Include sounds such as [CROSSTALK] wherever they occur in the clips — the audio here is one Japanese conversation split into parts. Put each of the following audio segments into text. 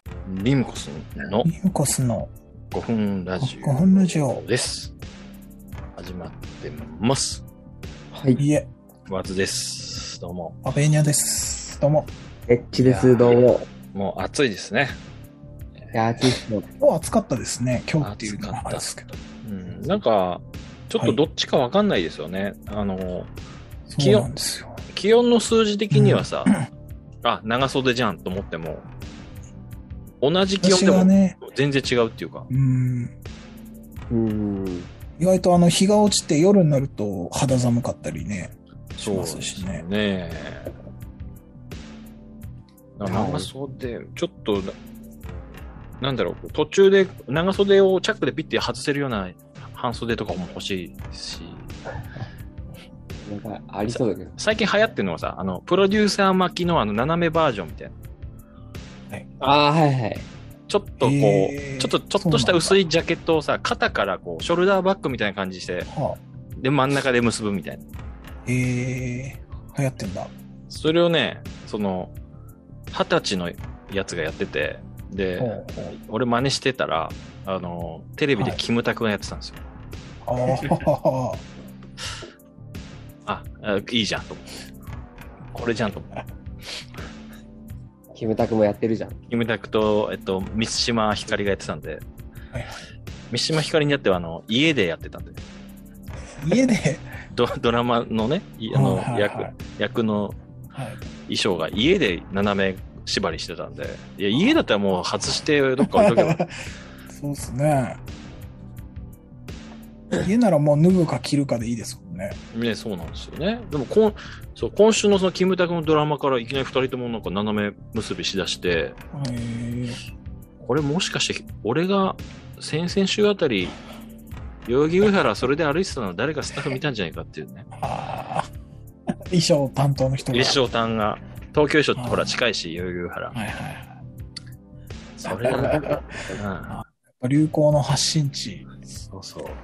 コスのニューコスの5分ラジ5分ラジオオ。です。始まってます。はい。いえ、ワーズです。どうも。アベーニャです。どうも。エッチです、どうも。もう暑いですね。いやー、ちょっと、今日暑かったですね。今日っていうのはあれですけど。うん、なんか、ちょっとどっちかわかんないですよね。あの、そうなんですよ。気温の数字的には [CLEARS THROAT] さ、あ、長袖じゃんと思っても、同じ気温私ではもね、全然違うっていうか。うん、うーん。意外とあの日が落ちて夜になると肌寒かったりね。そうですね。ねえ。だから長袖、ちょっとな、なんだろう、途中で長袖をチャックでピッて外せるような半袖とかも欲しいし、なんか、ありそうだけど。最近流行ってるのはさ、あの、プロデューサー巻きのあの、斜めバージョンみたいな。ああ、はいはい。ちょっとこう、へーちょっと、ちょっとした薄いジャケットをさ、肩からこう、ショルダーバッグみたいな感じして、はで、真ん中で結ぶみたいな。あ、えー、流行ってんだ。それをね、その、二十歳のやつがやってて、で、ほう俺真似してたら、あの、テレビでキムタクがやってたんですよ。ほうあはは [LAUGHS] はああ、いいじゃんと思って。これじゃんと思って。キムタクもやってるじゃん。キムタクと、えっと、三島ひかりがやってたんで、はいは三島ひかりにやっては、あの、家でやってたんで、い。家で、ドドラマのね、いあのはいはい役はい、役のはい、衣装が家で斜め縛りしてたんで、いや、家だったらもう外してどっか置いとけばそうですね。家ならもう脱ぐか着るかでいいですもんね。ね、そうなんですよね。でもこんそう、今週のそのキムタクのドラマからいきなり二人ともなんか斜め結びしだして、えー、これもしかして、俺が先々週あたり、代々木上原それで歩いてたの誰かスタッフ見たんじゃないかっていうね。ああ、衣装担当の人が。一生単が、東京衣装ってあーほら近いし、代々木上原。はいはいはい。それなん [LAUGHS] か、流行の発信地、うん、そうそう。 [LAUGHS]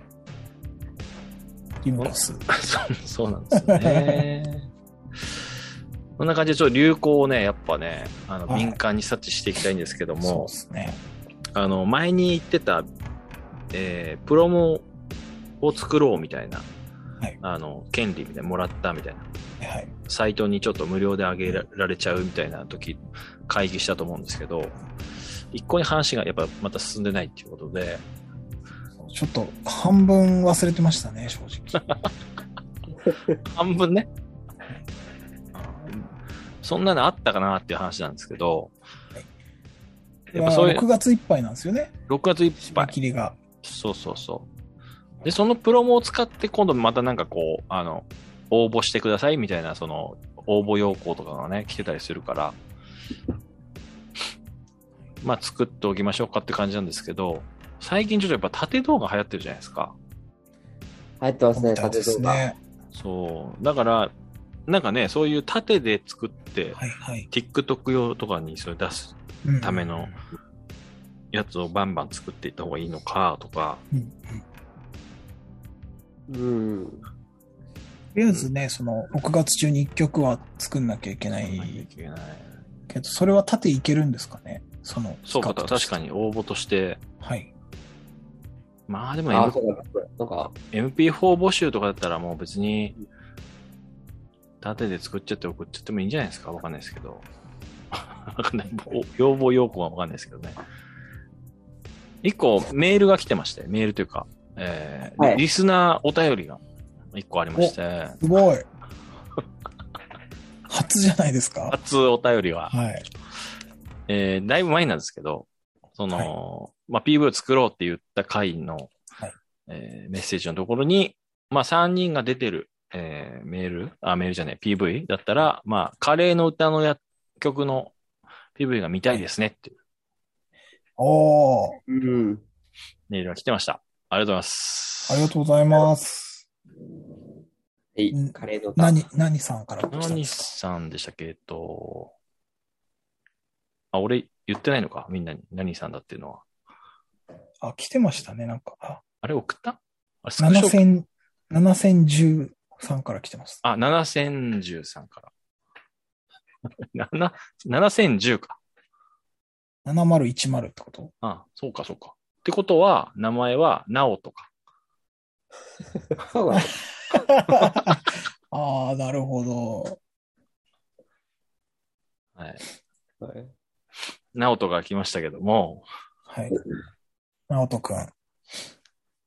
リムコス。そう、そうなんですよね。こんな感じでちょっと流行をね、やっぱね、あの、はい敏感に察知していきたいんですけどそうもで、すね。あの、前に言ってた、えープロモを作ろうみたいな、はいあの、権利みたいな、もらったみたいな、はい。サイトにちょっと無料で上げられちゃうみたいな時、会議したと思うんですけど、一向に話がやっぱまた進んでないっていうことで、ちょっと半分忘れてましたね、正直。半分ね、そんなのあったかなっていう話なんですけど、 [LAUGHS] やっぱそういう6月いっぱいなんですよね、 6月いっ締ぱめい切りが。そうそうそう。で、そのプロモを使って、今度またなんかこう、あの、応募してくださいみたいな、その、応募要項とかがね、来てたりするから、まあ、作っておきましょうかって感じなんですけど、最近ちょっとやっぱ縦動画流行ってるじゃないですか。流行ってますね、そうで縦動す画。ね。そう。だから、なんかね、そういう縦で作って、はいはい。 TikTok 用とかにそれ出すうんためのやつをバンバン作っていった方がいいのかとか、うんうんうん。とりあえずね、その、6月中に1曲は作んなきゃいけないいけない。けど、それは縦いけるんですかねその、そうか、確かに。に応募として、はい。まあでもああ、 M- そうだ。なんか、 MP4 募集とかだったらもう別に、縦で作っちゃって送っちゃってもいいんじゃないですかわかんないですけど。わかんない。ぼ要望要項はわかんないですけどね。一個メールが来てまして、メールというか、えーはいリスナーお便りが一個ありまして、[LAUGHS] すごい。初じゃないですか初お便りは、はい。えーだいぶ前なんですけど、その、まあ、PV を作ろうって言った回の、はいえーメッセージのところに、まあ、3人が出てる、えーメール、あ、メールじゃない、PV だったら、まあ、カレーの歌のや曲の PV が見たいですねっていうおー、うん。メールが来てました。ありがとうございます。ありがとうございます。えいうん、カレーの歌。何、何さんから来たんですか何さんでしたっけえっと、あ、俺言ってないのかみんなに何さんだっていうのは。あ、来てましたね、なんか。ああれ送ったあれスクショ7000、7010さんから来てます。あ、7013から。なな7010か。 7010ってこと [LAUGHS] あ、そうか、そうか。ってことは、名前は、なおとか。そうなのああ、なるほど。はい。はいなおとが来ましたけども、はい。直人くん。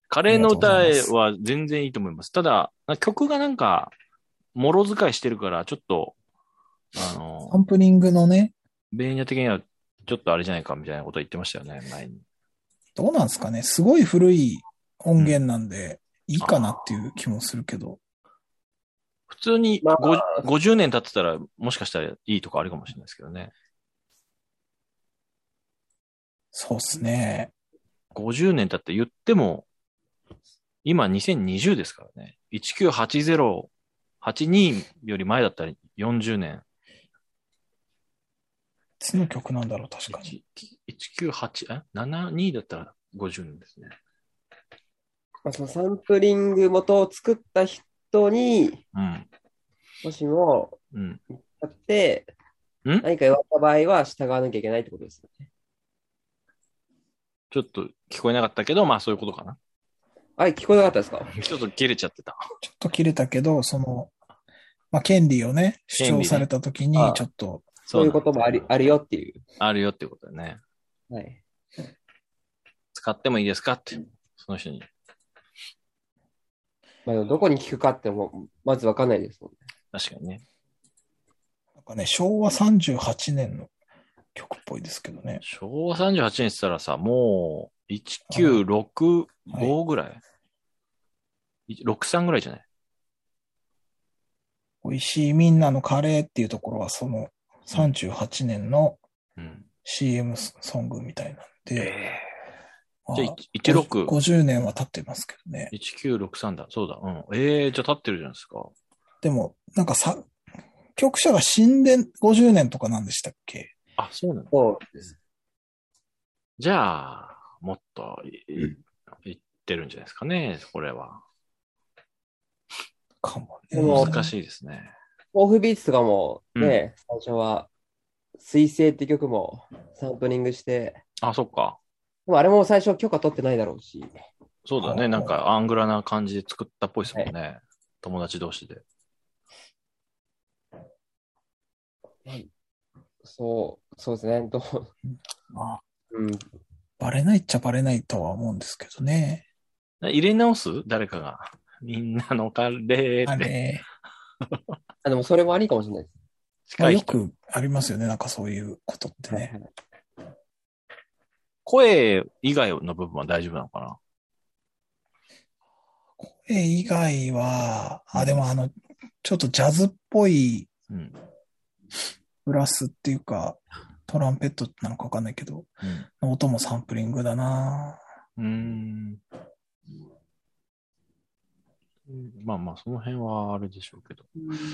カレーの歌ありがとうごは全然いいと思います。ただ、な曲がなんか、もろ使いしてるから、ちょっと、あサの、ンプリングのね、ベーニャ的には、ちょっとあれじゃないかみたいなこと言ってましたよね、前に。どうなんですかね。すごい古い音源なんで、いいかなっていう気もするけど。普通にまあご、50年経ってたら、もしかしたらいいとかあるかもしれないですけどね。そうっすね。 50年経って言っても、今2020ですからね。1980、82より前だったら40年。いつの曲なんだろう、確かに。 198、え ?72 だったら50年ですね。まあ、そのサンプリング元を作った人に、うん。もしも、うん。やって、ん何か言われた場合は従わなきゃいけないってことですよね。ちょっと聞こえなかったけど、まあそういうことかな。あれ、聞こえなかったですかちょっと切れちゃってた。ちょっと切れたけど、その、まあ、権利をね、権利ね主張された時にああ、ちょっと、そういうこともありそうなんあるよっていう。あるよっていうことだね。はい。使ってもいいですかって。その人に。まあ、でもどこに聞くかっても、まずわかんないですもんね。確かにね。なんかね、昭和38年の曲っぽいですけどね。昭和38年って言ったらさ、もう、1965ぐらい、い、?63 ぐらいじゃない美味しいみんなのカレーっていうところは、その38年のうん。 CM ソングみたいなんで、ええまあじゃあ、い16、 50年は経ってますけどね。 1963だ。そうだ。うん。ええじゃあ立ってるじゃないですか。でも、なんかさ、曲者が死んで50年とかなんでしたっけあ、そうなのそうです。じゃあ、もっとい、いうんいってるんじゃないですかね、これは。かもね。でも難しいですね。オフビーツとかもね、最初は、水星って曲もサンプリングして、あ、そっか。でもあれも最初許可取ってないだろうし、そうだはね。いなんか、アングラな感じで作ったっぽいですもんね。友達同士で。そう、そうですね。どうまあ、うん、バレないっちゃバレないとは思うんですけどね。入れ直す誰かが。みんなのカレーあって。れ、あでもそれもありかもしれないでま近あ、いよ人くありますよね。なんかそういうことってすね。ね。声以外の部分は大丈夫なのかな声以外は、あ、でもあの、ちょっとジャズっぽいうん。ブラスっていうか、トランペットなのかわかんないけど、の音もサンプリングだなうん。うんまあまあ、その辺はあれでしょうけど。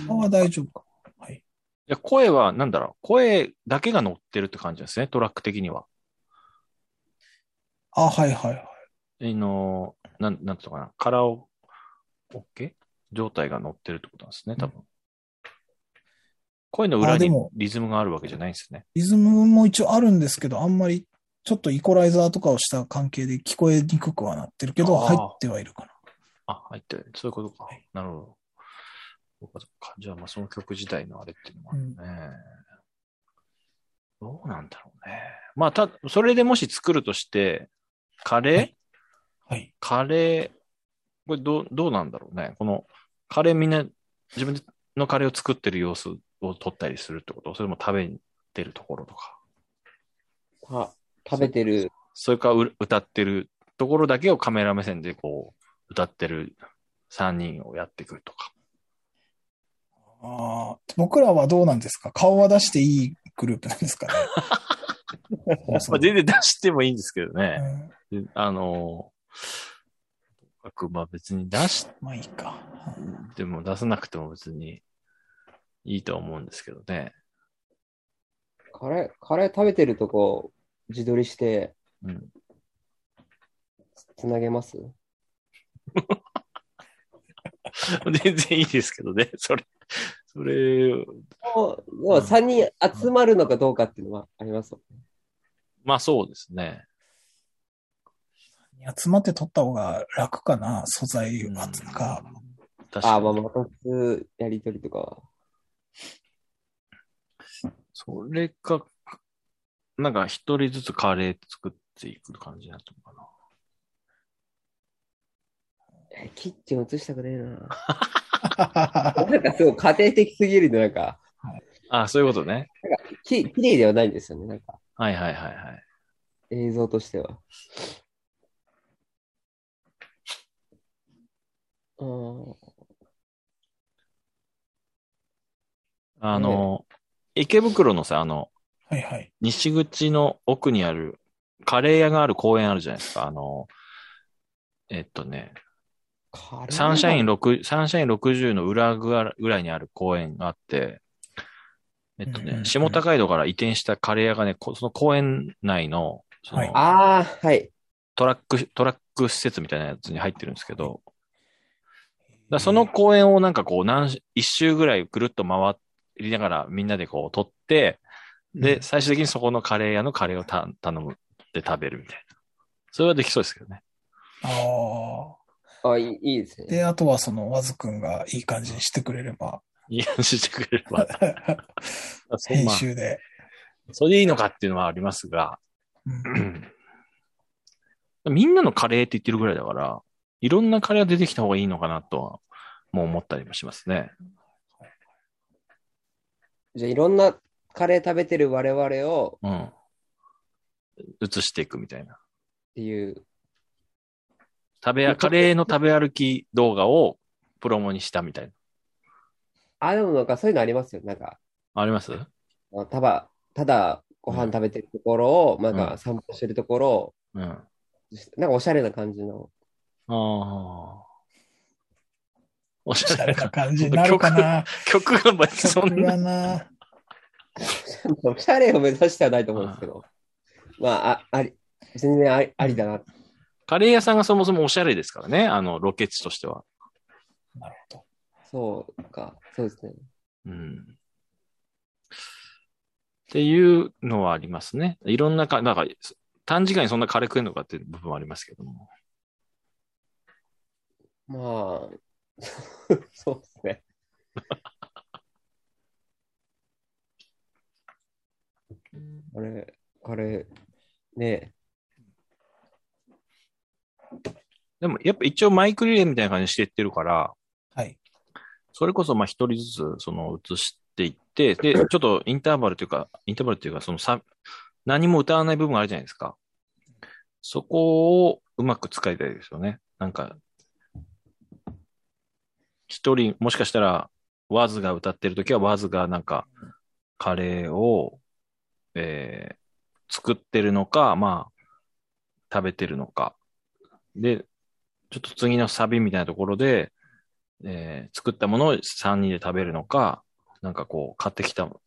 あは大丈夫か。はい。いや、声は、なんだろう、声だけが乗ってるって感じですね、トラック的には。あ、はいはいはい。あの、なん、なんていうのかな、カラオケ状態が乗ってるってことなんですね、多分。声の裏あでにもリズムがあるわけじゃないんですね。リズムも一応あるんですけど、あんまりちょっとイコライザーとかをした関係で聞こえにくくはなってるけど、あー入ってはいるかな。あ、入ってる。そういうことかはい。なるほど。そうかそうかじゃあ、まあ、その曲自体のあれっていうのもあるね。どうなんだろうね。まあ、た、それでもし作るとして、カレー、はいはい。カレー、これどう、どうなんだろうね。この、カレーみんな自分のカレーを作ってる様子を撮ったりするってことそれも食べてるところとか。あ食べてる、それかう歌ってるところだけをカメラ目線でこう、歌ってる3人をやってくるとか。あー僕らはどうなんですか顔は出していいグループなんですか [LAUGHS] ねまあ、全然出してもいいんですけどね。うんであのー、とにかくまあ別に出し、まあいいか。でも出さなくても別にいいと思うんですけどね。カレー、カレー食べてるとこ、自撮りして、うん。つなげます全然いいですけどね。 [LAUGHS] それ、それ、もう、もう3人集まるのかどうかっていうのはありますよまあそうですね。集まって撮った方が楽かな、素材集か。確あかあ、まあ、に。また普通やりとりとか。それか、なんか一人ずつカレー作っていく感じになったのかな。えキッチン映したくねえな。なんかすごい家庭的すぎるんで、なんか、ああ、そういうことね。き綺麗ではないんですよね、なんか、はいはいはいはい。映像としては。うん。あの、池袋のさ、あの、はいはい。西口の奥にある、カレー屋がある公園あるじゃないですか。あの、えっとね、サンシャイン6、サンシャイン60の裏ぐらぐらいにある公園があって、えっとうんうんうね、ん下高井戸から移転したカレー屋がね、こその公園内の、そのはいああ、はい。トラック、トラック施設みたいなやつに入ってるんですけど、だからその公園をなんかこう何し、一周ぐらいぐるっと回りながらみんなでこう撮って、うで、ん最終的にそこのカレー屋のカレーをた頼むで食べるみたいな。それはできそうですけどね。ああいいいいですあ。ね。で、あとはその、わずくんがいい感じにしてくれれば、いい話してくれれば。そん [LAUGHS] 編な、集で。それでいいのかっていうのはありますが、うんみんなのカレーって言ってるぐらいだから、いろんなカレーが出てきた方がいいのかなとは、もう思ったりもしますね。じゃあ、いろんなカレー食べてる我々をうん。移していくみたいな。っていう。食べや、カレーの食べ歩き動画をプロモにしたみたいな。あ、でもなんかそういうのありますよ。なんか、ありますあただ、ただご飯食べてるところを、なんうか散歩してるところを、うん。あなんかおしゃれな感じの。 [LAUGHS] あ。おおししゃゃれれかな。感じになるかな。 [LAUGHS] 曲がまじそそんれな。はな。おしゃれを目指してはないと思うんですけど。まあ、ああり、全然ありありだな。カレー屋さんがそもそもおしゃれですからね。あの、ロケ地としては。なるほど。そうか、そうですね。うん。っていうのはありますね。いろんなか、なんか、短時間にそんなカレー食えるのかっていう部分はありますけども。まあ、 [LAUGHS] そうですね。あれ、あれ、ねでも、やっぱ一応マイクリレーみたいな感じにしていってるから、 [LAUGHS] はい。それこそまあ一人ずつその移していって、で、ちょっとインターバルというか、インターバルというか、そのさ、何も歌わない部分があるじゃないですか。そこをうまく使いたいですよね。なんか、一人、もしかしたら、ワズが歌ってるときは、ワズがなんか、カレーを、えー作ってるのか、まあ、食べてるのか。で、ちょっと次のサビみたいなところで、えー作ったものを3人で食べるのか、なんかこう、買ってきたも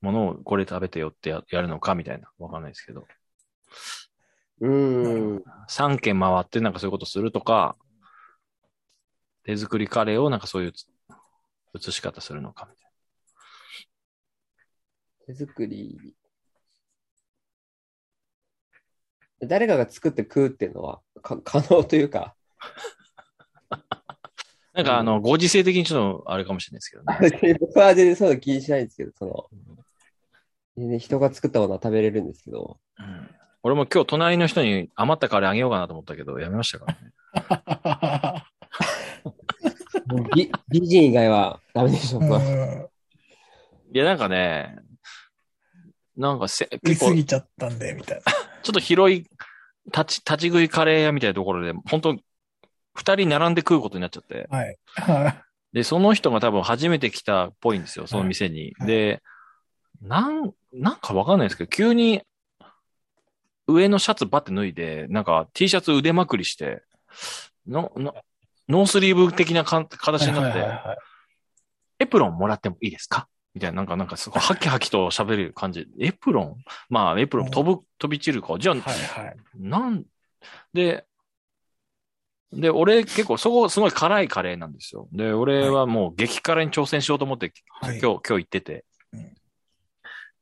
のをこれ食べてよってややるのかみたいな、わかんないですけど。うーん、 3軒回ってなんかそういうことするとか、手作りカレーをなんかそういうつ移し方するのかみたい手作り。誰かが作って食うっていうのはか [LAUGHS] 可能というか、な。なんかあの、ご時世的にちょっとあれかもしれないですけどね。僕は全然そういうの気にしないんですけど、その、全然人が作ったものは食べれるんですけど、うん俺も今日隣の人に余ったカレーあげようかなと思ったけど、やめましたからね。もう [LAUGHS] 美美人以外はダメでしょ、僕は。うんいや、なんかね、なんかせ、食い結構すぎちゃったんで、みたいな。ちょっと広い、立ち、立ち食いカレー屋みたいなところで、本当二人並んで食うことになっちゃって。はい。はで、その人が多分初めて来たっぽいんですよ、その店に。はいで、なん、なんかわかんないですけど、急に、上のシャツバッて脱いで、なんか T シャツ腕まくりして、の、の、ノースリーブ的なかんい形にはないっはいて、はい。エプロンもらってもいいですかみたいな、なんか、なんかすごい、ハキハキと喋る感じ。エプロンまあ、エプロン飛ぶ、飛び散るか。じゃあ、はいはい。なん、で、で、俺結構そこすごい辛いカレーなんですよ。で、俺はもう激辛に挑戦しようと思って、はい今日、今日行っててうん。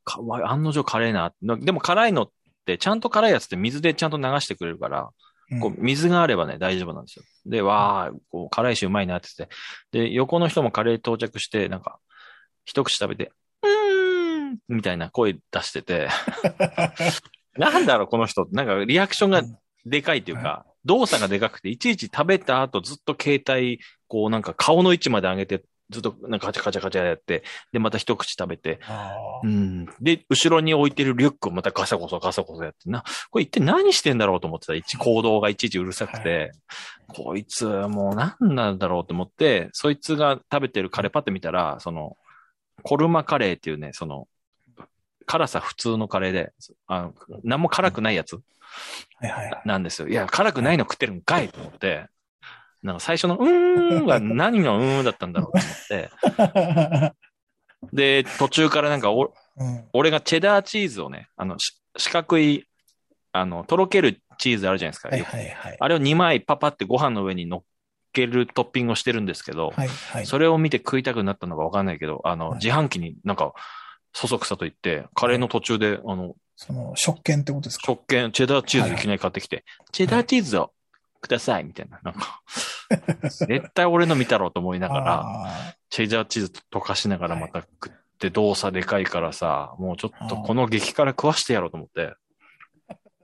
かわ案の定辛いな。なでも辛いのって、ちゃんと辛いやつって水でちゃんと流してくれるから、うんこう水があればね、大丈夫なんですよ。で、わー、こう辛いしうまいなって言って、で、横の人もカレー到着して、なんか、一口食べて、うーんみたいな声出して [LAUGHS] て、なんだろう、この人。なんか、リアクションがでかいっていうか、動作がでかくて、いちいち食べた後ずっと携帯、こうなんか顔の位置まで上げて、ずっとなんかカチャカチャカチャやって、で、また一口食べて、あうーん。で、後ろに置いてるリュックをまたガサゴソガサゴソやってな。これ一体何してんだろうと思ってた。一行動がいちいちうるさくて。こいつ、もう何なんだろうと思って、そいつが食べてるカレーパって見たら、その、コルマカレーっていうね、その、辛さ普通のカレーで、あ何も辛くないやつはいはい。なんですよ。いや、辛くないの食ってるんかいと思って、なんか最初のうーんは何のうーんだったんだろうと思って、で、途中からなんかお [LAUGHS] うん俺がチェダーチーズをね、あの、し四角い、あの、とろけるチーズあるじゃないですか。はいはいはい。あれを2枚パパってご飯の上に乗っけるトッピングをしてるんですけど、はいはい。それを見て食いたくなったのかわかんないけど、あの、はい自販機になんか、そそくさと言って、カレーの途中で、あの、その、食券ってことですか食券、チェダーチーズいきなり買ってきて、チェダーチーズをください、みたいな。なん [LAUGHS] か、絶対俺の見たろうと思いながら、あチェジャーチーズ溶かしながらまた食って動作でかいからさ、もうちょっとこの激辛食わしてやろうと思って。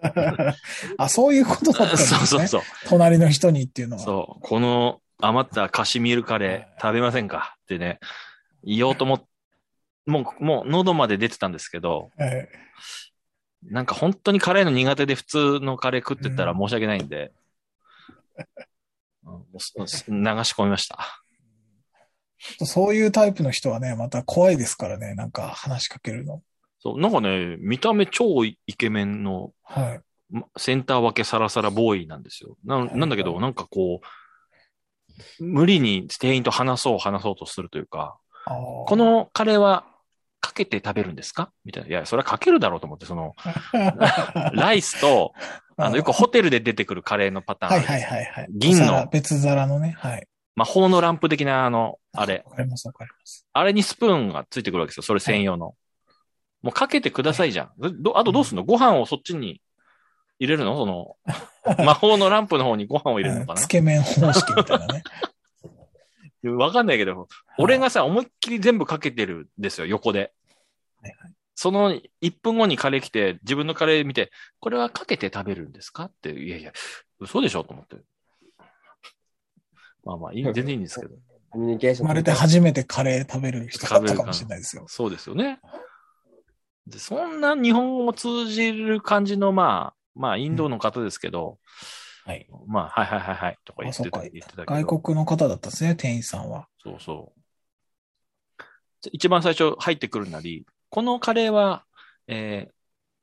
ー [LAUGHS] あ、 [LAUGHS] そういうことだったんですね。 [LAUGHS] そうそうそう。隣の人にっていうのは。そう。この余ったカシミールカレー食べませんかってね、言おうと思っもう、もう喉まで出てたんですけど、はいなんか本当にカレーの苦手で普通のカレー食ってたら申し訳ないん [LAUGHS] で、うんもうす流し込みました。そういうタイプの人はね、また怖いですからね、なんか話しかけるの。そう、なんかね、見た目超イケメンのはい。まセンター分けサラサラボーイなんですよ。なはいなんだけど、なんかこう、無理に店員と話そう話そうとするというか、あこ [LAUGHS] のカレーはかけて食べるんですかみたいな。いや、それはかけるだろうと思って、そ [LAUGHS] の、ーライスと、あの、よくはホテルで出てくるカレーのパターン。いはいはいはい。銀のお皿別皿のね、はい。魔法のランプ的な、あの、あれ。わかりますわかります。あれにスプーンがついてくるわけですよ。それ専用の。もうかけてくださいじゃん。どあとどうすんの、ご飯をそっちに入れるのそ [LAUGHS] の、魔法のランプの方にご飯を入れるのかなうんつけ麺方式みたいな [LAUGHS] ね。わかんないけど、俺がさ、思いっきり全部かけてるんですよ、横ではい。その1分後にカレー来て、自分のカレー見て、これはかけて食べるんですかって、いやいや、嘘でしょと思って。まあまあ、いい、全然いいんですけど。コミュニケーショ生ンまれて初めてカレー食べる人だったかもしれないですよ。そうですよね。で、そんな日本語も通じる感じの、まあ、まあ、インドの方ですけど、はい。まあ、はいはいはいはい、とか言あ、っそってかた、言ってたけど。外国の方だったんですね、店員さんは。そうそう。一番最初入ってくるなり、このカレーは、えー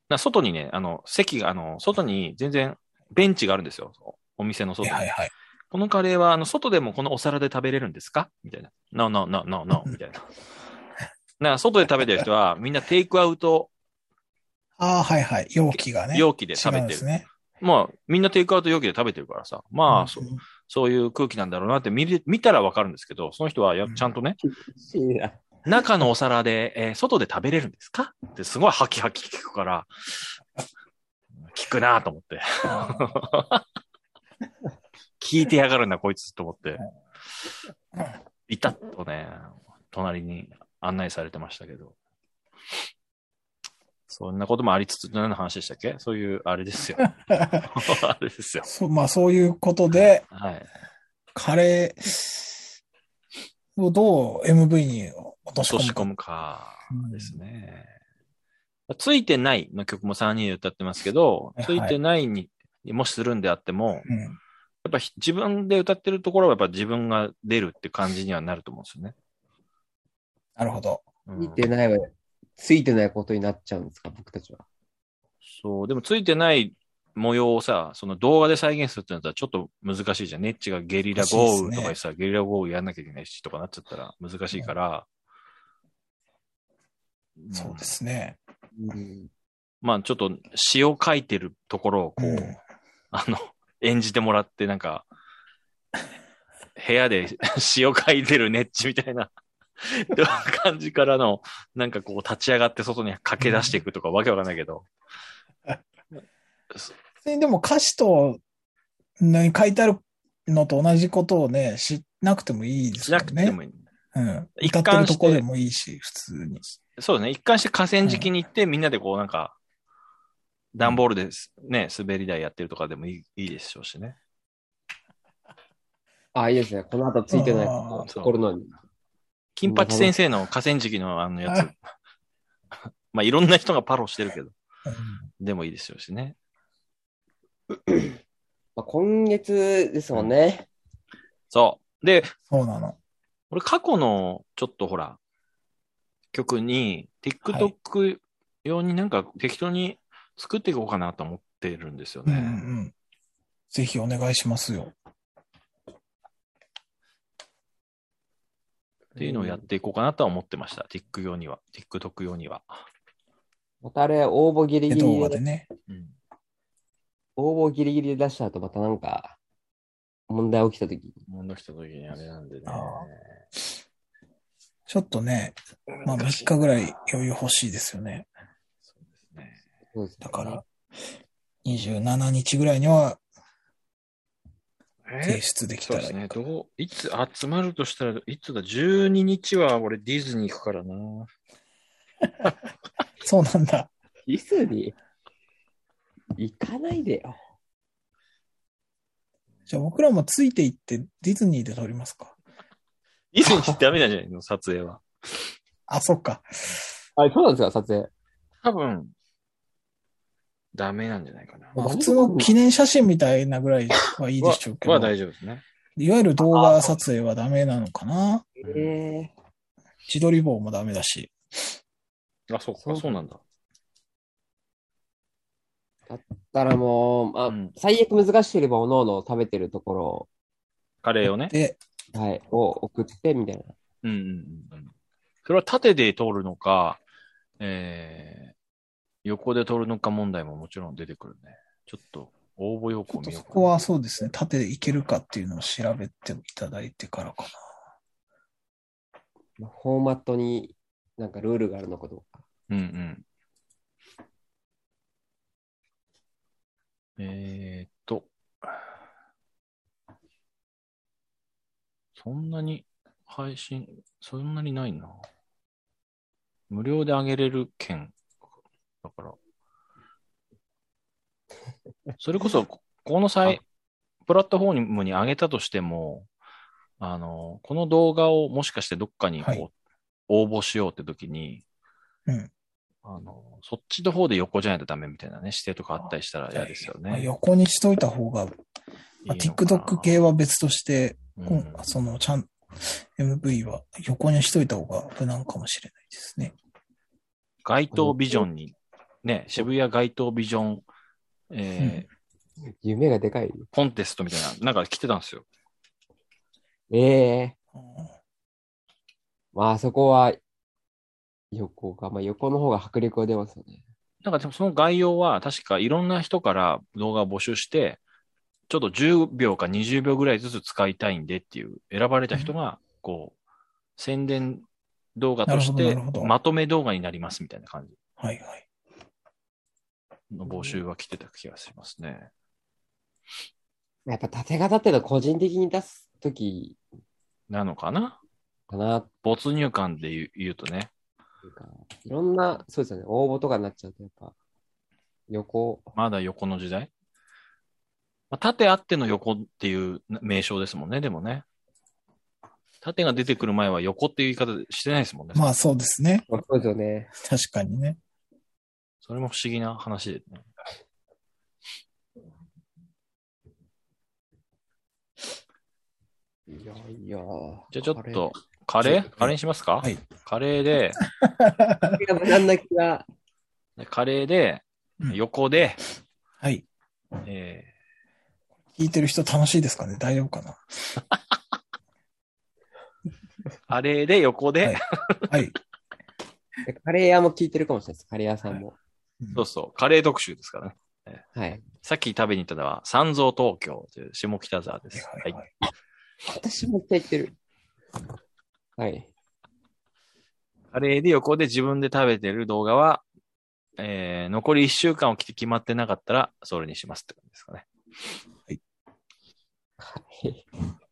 な外にね、あの、席が、あの、外に全然ベンチがあるんですよ。お店のは外いに。はいはい。このカレーは、あの、外でもこのお皿で食べれるんですかみたいな。No, no, no, no, [LAUGHS] no, みたいな。な外で食べてる人は、みんなテイクアウトああ、はいはい。容器がね。容器で食べ違うんてでる。すね。まあ、みんなテイクアウト容器で食べてるからさ。まあ、そうんそういう空気なんだろうなって見れ見たらわかるんですけど、その人はやうんちゃんとね、いい [LAUGHS] な中のお皿で、えー外で食べれるんですかってすごいハキハキ聞くから、聞くなと思って。 [LAUGHS] 聞いてやがるな、こいつと思って。ビタッとね、隣に案内されてましたけど。そんなこともありつつ、何の話でしたっけそういう、あれですよ。あれですよ。 [LAUGHS] そうまあ、そういうことで、はい。カレーをどう MV に落とし落とし込込むむか。うんですね。ついてないの曲も3人で歌ってますけど、はいついてないに、もしするんであっても、うんやっぱひ自分で歌ってるところはやっぱ自分が出るって感じにはなると思うんですよね。なるほど。うん似てないわ。ついてないことになっちゃうんですか、僕たちは。そう、でもついてない模様をさ、その動画で再現するってなったらちょっと難しいじゃん。ネッチがゲリラ豪雨とかさ、ゲリラ豪雨やんなきゃいけないしとかなっちゃったら難しいから。んそうで。すね。まあちょっと詩を書いてるところをこう、うんあの、演じてもらって、 [LAUGHS] なんか、部屋で詩を書いてるネッチみたいなって感じからの、なんかこう立ち上がって外に駆け出していくとかわけわかんないけど。それでも歌詞と、ね、書いてあるのと同じことをね、しなくてもいいですしよなね。くてもいい。うん。一歌貫ってるとこでもいいし、普通に。そうですね。一貫して河川敷に行って、みんなでこうなんか、段ボールですね、滑り台やってるとかでもいいいいでしょうしね。あ、いいですね。この後ついてないあー心のに。金八先生の河川敷のあのやつ。まあいろんな人がパロしてるけど、うんでもいいでしょうしね。まあ、今月ですもんね。そう。で、そうなの。俺過去のちょっとほら、曲に TikTok 用になんか適当に作っていこうかなと思ってるんですようんね。うんうん。ぜひお願いしますよ。っていうのをやっていこうかなとは思ってました。TikTok 用には。TikTok 用には。またあれ、応募ギリでギリ動画ででね。うん応募ギリギリで出した後、またなんか、問題起きたとき。問題来た時にあれなんでねあ。ちょっとね、まあ3日ぐらい余裕欲しいですよね。そうですね。そうですねだから、27日ぐらいには提え出できそたうでらいすい。ね。どう、いつ集まるとしたら、いつだ、12日は俺ディズニー行くからな。そうなんだ。ディズニー行かないでよ。じゃあ僕らもついていってディズニーで撮りますか。ディズニーってダメなんじゃないの撮影は。あ、そっか。あ、そうなんですか、撮影。多分、ダメなんじゃないかな。まあ、普通の記念写真みたいなぐらいはいいでしょうけど、はいわ大丈夫ですね。ゆる動画撮影はダメなのかなうんえー自撮り棒もダメだし。あ、そうか、そうそうなんだ。だからもう、まあうん最悪難しければ、おのおの食べてるとこカレーをね。で、ろを、はい、を送って、みたいな。うんうんうんうん。それは縦で通るのか、えー、横で通るのか問題ももちろん出てくるね。ちょっと、応募要ちょ項っ見とようそかなこはそうですね、縦でいけるかっていうのを調べていただいてからかまあフォーマットになんかルールがあるのかどうか。うんうん。えー、っと。そんなに配信、そんなにないな。無料であげれる券。だから。それこそ、ここの際、プラットフォームに上げたとしても、あの、この動画をもしかしてどっかにこう、はい応募しようって時に、うんあの、そっちの方で横じゃないとダメみたいなね、指定とかあったりしたらな。嫌ですよまあね。横にしといた方が、まあ、いいのかな TikTok 系は別として、うん今その、ちゃん、MV は横にしといた方が無難かもしれないですね。街頭ビジョンに、ね、渋谷街頭ビジョン、えー夢がでかい。コンテストみたいな、なんか来てたんですよ。ええうんまあそこは横か、まあ横の方が迫力が出ますよね。なんかでもその概要は確かいろんな人から動画を募集して、ちょっと10秒か20秒ぐらいずつ使いたいんでっていう選ばれた人が、こう、宣伝動画としなてるほどなるほどまとめ動画になりますみたいな感じはいはい。の募集は来てた気がしますね。やっぱ縦型っていうのは個人的に出すときなのかなかなって没入感で言う言うとね。いうか、いろんな、そうですよね、応募とかになっちゃうとやっぱ横、まだ横の時代。まあ、縦あっての横っていう名称ですもんね、でもね。縦が出てくる前は横っていう言い方してないですもんね。まあそうですね。まあそうですよね。確かにね。それも不思議な話で、ね。いやいや。じゃあちょっと、カレーカレーにしますか、はいカレーで、これ。これが無難な気が。カレーでう、ん横で、 [LAUGHS] はい。え聞いてる人楽しいですかね大丈夫かなーカレーで横で、はいはい。でカレー屋も聞いてるかもしれないです。カレー屋さんも。そうそう、カレー特集ですからね。はい。さっき食べに行ったのは、三蔵東京という下北沢です。はいはいはい。私も聞いてる。はい。カレーで横で自分で食べてる動画は、えー、残り1週間を切って決まってなかったら、それにしますって感じですかね。わ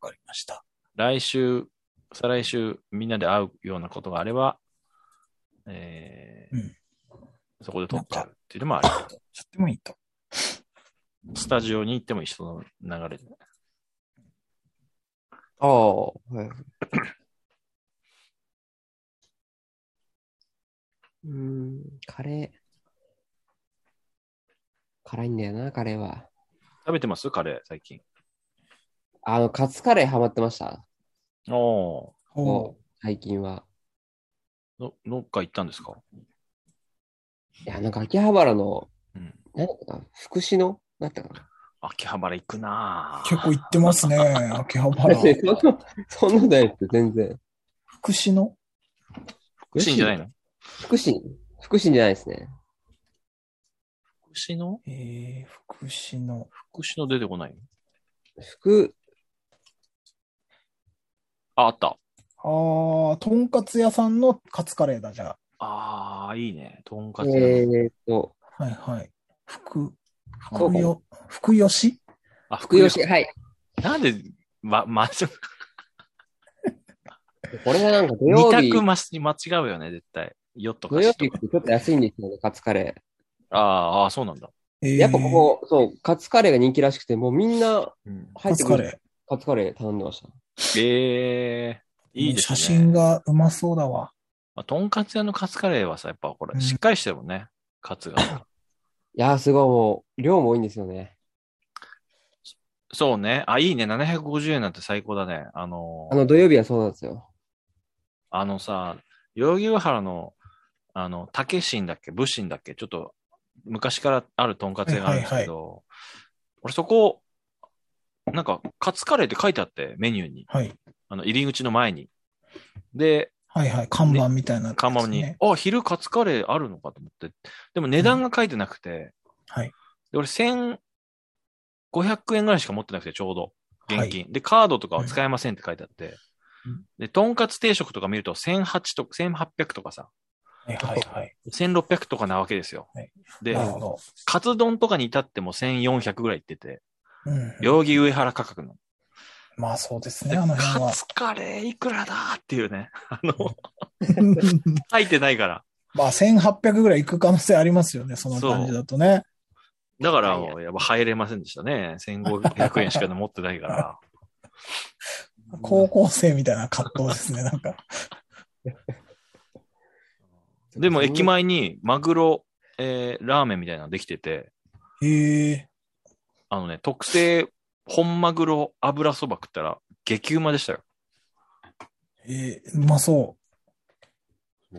かりました。来週、再来週、みんなで会うようなことがあれば、えーうんそこで撮っちゃうっていうのもあります。やってもいいと。スタジオに行っても一緒の流れで。ああ、はい。うん、カレー。辛いんだよな、カレーは。食べてますカレー、最近。あの、カツカレーハマってました。おおう最近は。ーど、どっか行ったんですかいや、なんか秋葉原の、うん。なんだったかな、福祉のなんだったか秋葉原行くなぁ結構行ってますね、秋葉な。原。そんな、 [LAUGHS] そんなだよって、全然。福祉の福祉じゃないの福祉福祉じゃないですね。福祉のえー、福祉の、福祉の出てこない福、あ、あった。あー、とんかつ屋さんのカツカレーだ、じゃあー、いいね。とんえかつ屋の。ーっと、あ。はいはい。福、こ福よ、福吉あ、福吉、はい。なんで、ま、 [LAUGHS] ま、これがなんか土二曜日、択まし間違うよね、絶対。よっと土か曜し日とっか。てちょっと安いんですよね、カツカレー。ああ、ああ、そうなんだ。えーやっぱここ、そう、カツカレーが人気らしくて、もうみんなうん、入カってツくカるレー。カツカレー頼んでました。ええいいですね。写真がうまそうだわ。まあ。とんかつ屋のカツカレーはさ、やっぱこうれ、んしっかりしてるもんね。カツ [LAUGHS] が。いやー、すごい、もう、量も多いんですよね。そうね。あ、いいね。750円なんて最高だね。あのあ、の、土曜日はそうなんですよ。あのさ、代々木上原の、あの、竹新だっけ武神だっけちょっと、昔からあるとんかつ屋があるんですけど、俺そこ、なんか、カツカレーって書いてあって、メニューに。はい。あの、入り口の前に。で、はいはい。看板みたいな、看板に、。あ、昼カツカレーあるのかと思って。でも値段が書いてなくて、はい。で、俺1500円ぐらいしか持ってなくて、ちょうど。現金。はで、カードとかは使えませんって書いてあって。うんで、とんかつ定食とか見ると1008とか、1800とかさ、はいはいはい。 1600とかなわけですよ。はいでな、るほど。カツ丼とかに至っても1400ぐらいいってて、うん。代々木上原価格の。まあそうですでね、あの辺カは。ツカレーいくらだっていうね。あの、入ってないから。 [LAUGHS] まあ1800ぐらい行く可能性ありますよね、その感じだとね。だから、いややっぱ入れませんでしたね。1500円し [LAUGHS] か持ってないから。高校生みたいな葛藤ですね、なんか。でも、駅。前にマグロ、えーラーメンみたいなのできてて、へえあのね、特製本マグロ油そば食ったら激うまでしたよ。えーうまそう。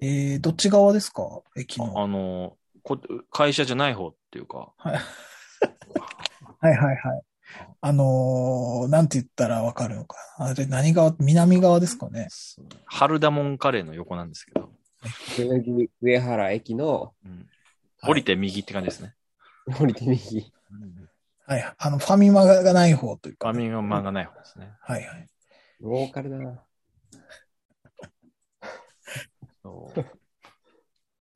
えー、どっち側ですか駅の。あはあのーこ、会社じゃない方っていうか、いはいはい。あのー、なんて言ったらわかるのか。あれ、何側、南側ですかね。春ルダモンカレーの横なんですけど、代々木上原駅の、うん降りて右って感じですね。降りて右。はい。あの、ファミマがない方という画か、面が漫画ない方ですね。はいはい。ローカルだな。 [LAUGHS] そう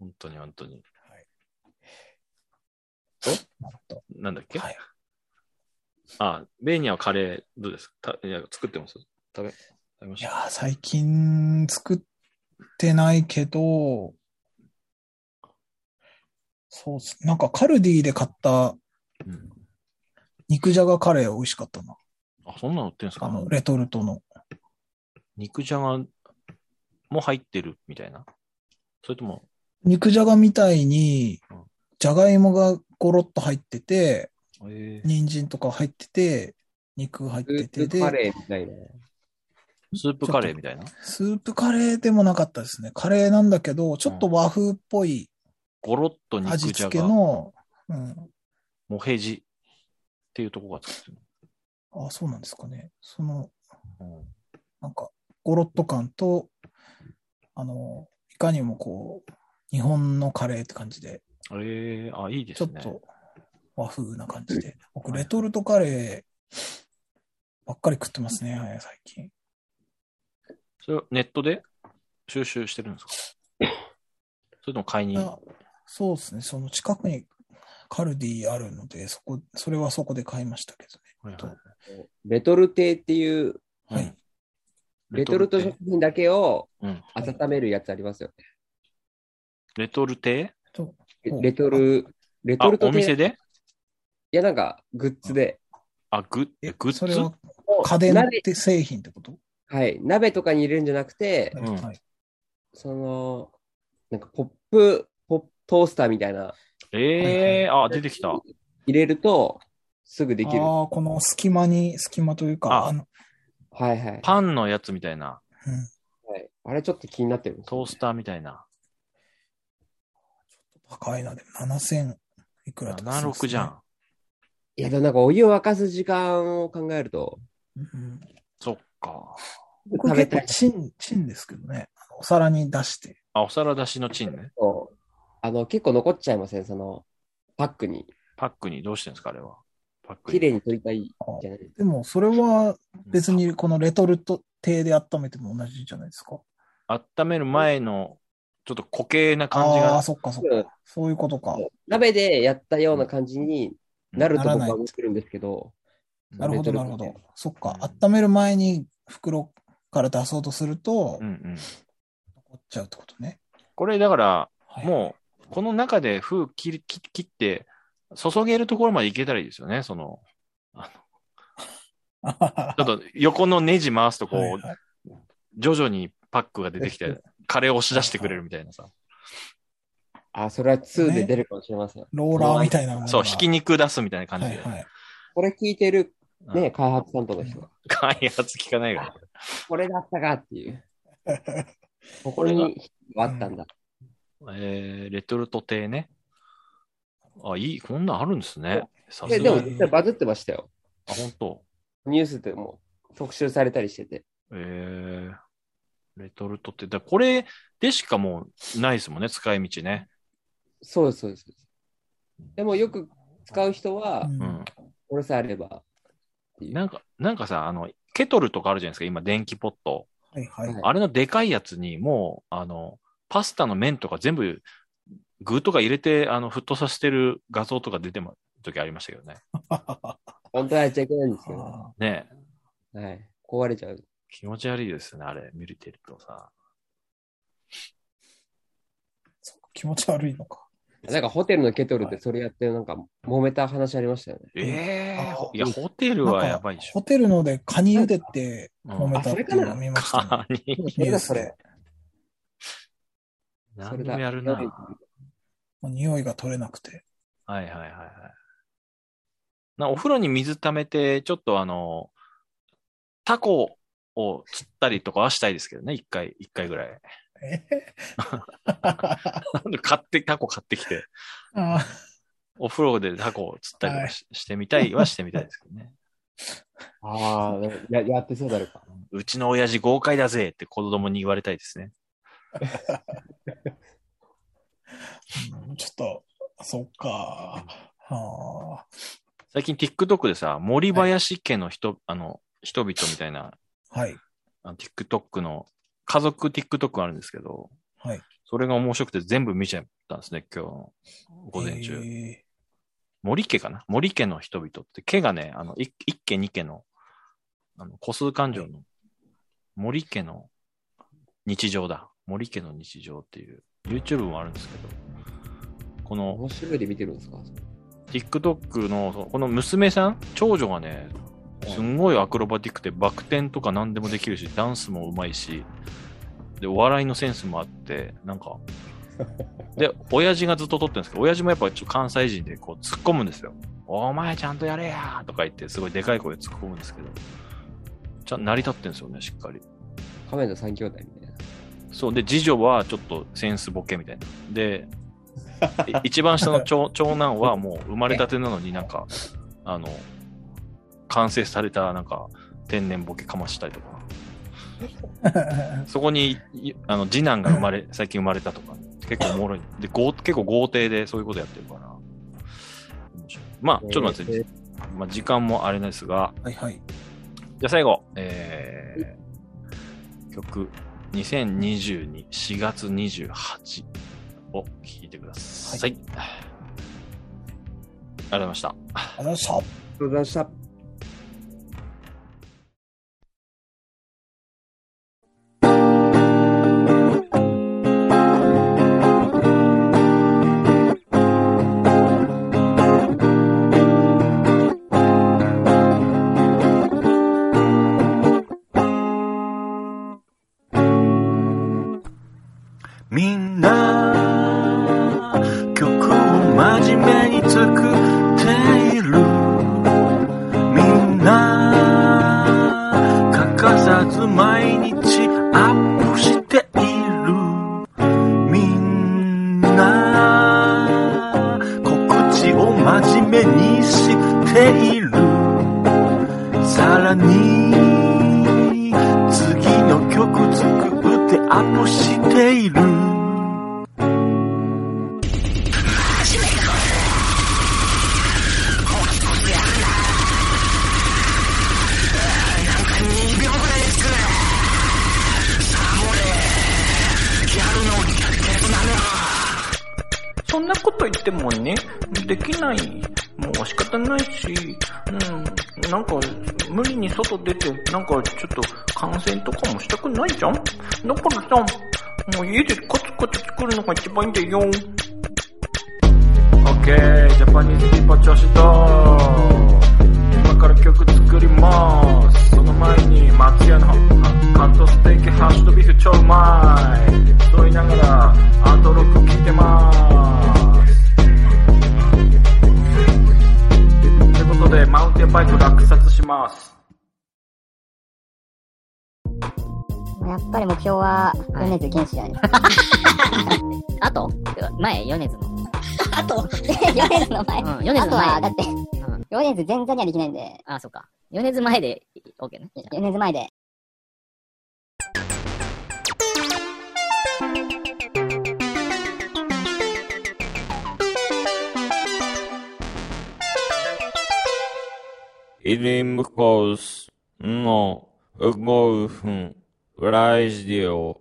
本当に本当に。なるほなんだっけ、ど。はい。あ、ベーニャはカレーどうですかたいや作ってます食べ、食べまいしやたー、最近作ってないけど、そうっす。なんかカルディで買ったうん肉じゃがカレー美味しかったな。あ、そんなの売ってんですかあの、レトルトの。肉じゃがも入ってるみたいな。それとも、肉じゃがみたいにうん、じゃがいもがゴロッと入ってて、え人参とか入ってて、肉入っスーててプカで、レーみたいな。ースープカレーみたいな。スープカレーでもなかったですね。カレーなんだけど、ちょっと和風っぽいゴロッと肉味じゃ付けが、の、うん、モヘジっていうとこが作ってるあ、そうなんですかね。その、の。うんなんか、ゴロッと感と、あの、いかにもこう、日本のカレーって感じで、えー、あ、いいでちょすっね。と和風な感じで。僕、はいレトルトカレーばっかり食ってますね、はい最近。それネットで収集してる [COUGHS] んですかそれとも買いに。あそうですね。その近くにカルディあるので、そこ、それはそこで買いましたけはいどはねい。レトルテっていう、はいうんレトルト食品だけをうん温めるやつありますよね。レトルテとレうんレトル、レあトル、トお店いでや、なんか、グッズで。あ、グえッ、グッズそれは家電って製品ってことはい。鍋とかに入れるんじゃなくて、うんはい。その、なんかポップ、ポップトースターみたいな。ええあ、出てきた。。入れると、すぐできる。はああ、この隙間に、隙間というか、ああの、いはい。パンのやつみたいな、うんはい、あれちょっと気になってるんですよトースターみたいな。高いな、でも7000いくらとかするです76ねじゃん。。いや、でもなんかお湯を沸かす時間を考えると、うんそっか。僕食べ結た構いチン、チンですけどね。あのお皿に出して。あ、お皿出しのチンね。とあの、結構残っちゃいません、その、パックに。パックにどうしてんですか、あれは。パック綺麗に取りたいあじゃないですか。でも、それは別にこのレトルト亭で温めても同じじゃないですか。温める前の、ちょっと固形な感じああー、が。そっかそっうかん。そういうことか。鍋でやったような感じになるとなら僕ないは思ってるんですけど、なるほど、なるほレどトルト。そっか。う温める前に袋から出そうとするとうん、うん。残っちゃうってことね。これだから、はいもう、この中で封切り切切って、注げるところまでいけたらいいですよね。その、 [LAUGHS] あははちょっと横のネジ回すとこう、はいはい徐々にパックが出てきはてい、カレーを押し出してくれるみたいなさ。あ、それは2で出るかもしれません。ローラーみたいなものが。そう、ひき肉出すみたいな感じはで。いはい。これ聞いてるうんね、開発担当の人が、開発聞かないから。これだったかっていう、ここにあったんだ。えー、レトルト亭ね。あ、いい、こんなんあるんですね。さえすでがもに。絶対バズってましたよ。あ、本当。ニュースでも特集されたりしてて。えー、レトルト亭。だこれでしかもうないですもんね、使い道ね。そうです、そうです。そうですでもよく使う人はう、うんん。これさえあればっていう。なんか、なんかさ、あの、ケトルとかあるじゃないですか、今、電気ポット。はいはい [LAUGHS] はい。あれのでかいやつに、もう、あの、パスタの麺とか全部、具とか入れて、あの、沸騰させてる画像とか出てま、時ありましたけどね。本当はやっちゃいけないんですよあねえね。はい。壊れちゃう。気持ち悪いですね、あれ、見れてるとさ。ー気持ち悪いのか。なんかホテルのケトルでそれやって、なんか揉めた話ありましたよね。ええあいや、ホテルなんはかやばいでしホょ。テルのでカニ茹でてう揉んめたっていうのを見ましたね、カニ。それだ、そニューれス。何でもやるな。それはいだもう匂いが取れなくて。はいはいはい。なお風呂に水溜めて、ちょっとあの、タコを釣ったりとかはしたいですけどね、一回、一回ぐらい。 [LAUGHS] えなんで買って、タコ買ってきて、あお風呂でタコを釣ったりとかし,、てみたいはしてみたいですけどね。 [LAUGHS] ああ、ややってそうだろうか。うちの親父豪快だぜって子供に言われたいですね。うんちょっと、そっか。あ最近 TikTok でさ、森林家の人、あの、人々みたいなーはい。あの TikTok の、家族 TikTok あるんですけど、はい。それが面白くて全部見ちゃったんですね、今日の午前中。え森家かな森家の人々って、家がね、あの、い一家二家の、あの、個数感情の、森家の日常だ。森家の日常っていう、YouTube もあるんですけど、この面白いで見てるんですか TikTok の、そのこの娘さん、長女がね、すんごいアクロバティックで、バク転とか何でもできるし、ダンスもうまいし、で、お笑いのセンスもあって、なんか、で、親父がずっと撮ってるんですけど、親父もやっぱちょっと関西人でこう突っ込むんですよ。お前ちゃんとやれやとか言って、すごいでかい声で突っ込むんですけど、ちゃん成り立ってるんですよね、しっかり。亀の三兄弟みたいな。そう、で、次女はちょっとセンスボケみたいな。で、い一番下の長長男はもう生まれたてなのになんか、あの、完成されたなんか天然ボケかましたりとか、ーそこにいあの次男が生まれ、最近生まれたとか、結構おもろい。で、豪結構豪邸でそういうことやってるから。面白いまあ、ちょっと待って、えまあ、時間もあれですが、はいはい。じゃあ最後、えー、曲2022、4月28を聞いてください。ありがとうございました。ありがとうございました。りがとうございました。みんな曲を真面目に作っているみんな欠かさず毎日アップしているみんな告知を真面目にしているさらに次の曲作ってアップしているそんなこと言ってもね、できない。もう仕方ないし、うん、なんか、無理に外出て、なんかちょっと感染とかもしたくないじゃんだからさ、もう家でコツコツ作るのが一番いいんだよ。 OK ジャパニーズピーパー調子と今から曲作りますその前に松屋のはカットステーキハッシュドビーフ超うまいそう言いながらアートロック聴いてますってことでマウンテンバイク落札しますやっぱり目標は、米津玄師じゃないですか。あと前、米津の。あと、米津の前。うん、米あと津のは、前だって、ん米津前座にはできないんで、あ、そっか。米津前で、オッケーね。米津前で。 E limbos no golfo Brasil.